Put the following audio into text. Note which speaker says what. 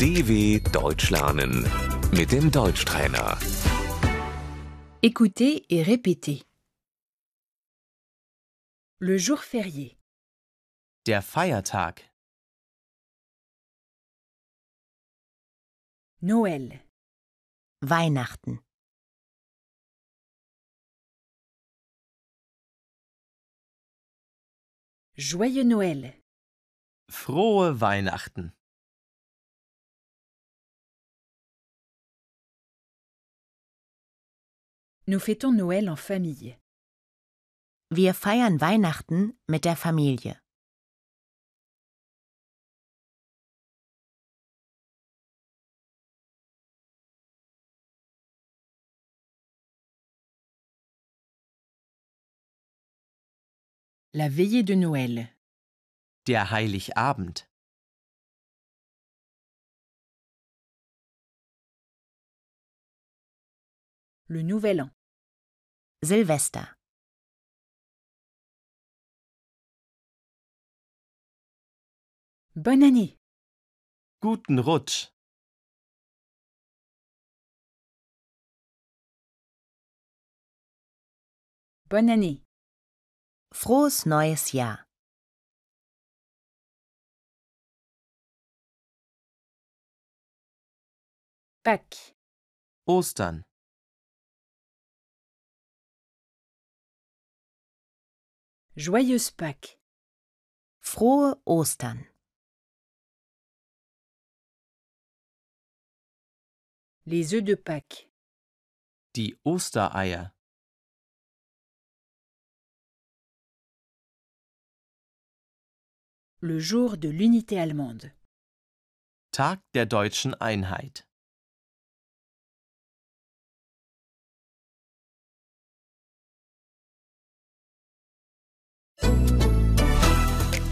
Speaker 1: DW Deutsch lernen mit dem Deutschtrainer.
Speaker 2: Écoutez et répétez. Le jour férié.
Speaker 3: Der Feiertag.
Speaker 2: Noël. Weihnachten. Joyeux Noël.
Speaker 3: Frohe Weihnachten.
Speaker 2: Nous fêtons Noël en famille.
Speaker 4: Wir feiern Weihnachten mit der Familie.
Speaker 2: La veillée de Noël.
Speaker 3: Der Heiligabend.
Speaker 2: Le Nouvel An.
Speaker 4: Silvester.
Speaker 2: Bonne année.
Speaker 3: Guten Rutsch.
Speaker 2: Bonne année.
Speaker 4: Frohes neues Jahr.
Speaker 2: Pâques.
Speaker 3: Ostern.
Speaker 2: Joyeuse Pâques.
Speaker 4: Frohe Ostern.
Speaker 2: Les œufs de Pâques.
Speaker 3: Die Ostereier.
Speaker 2: Le jour de l'unité allemande.
Speaker 3: Tag der deutschen Einheit.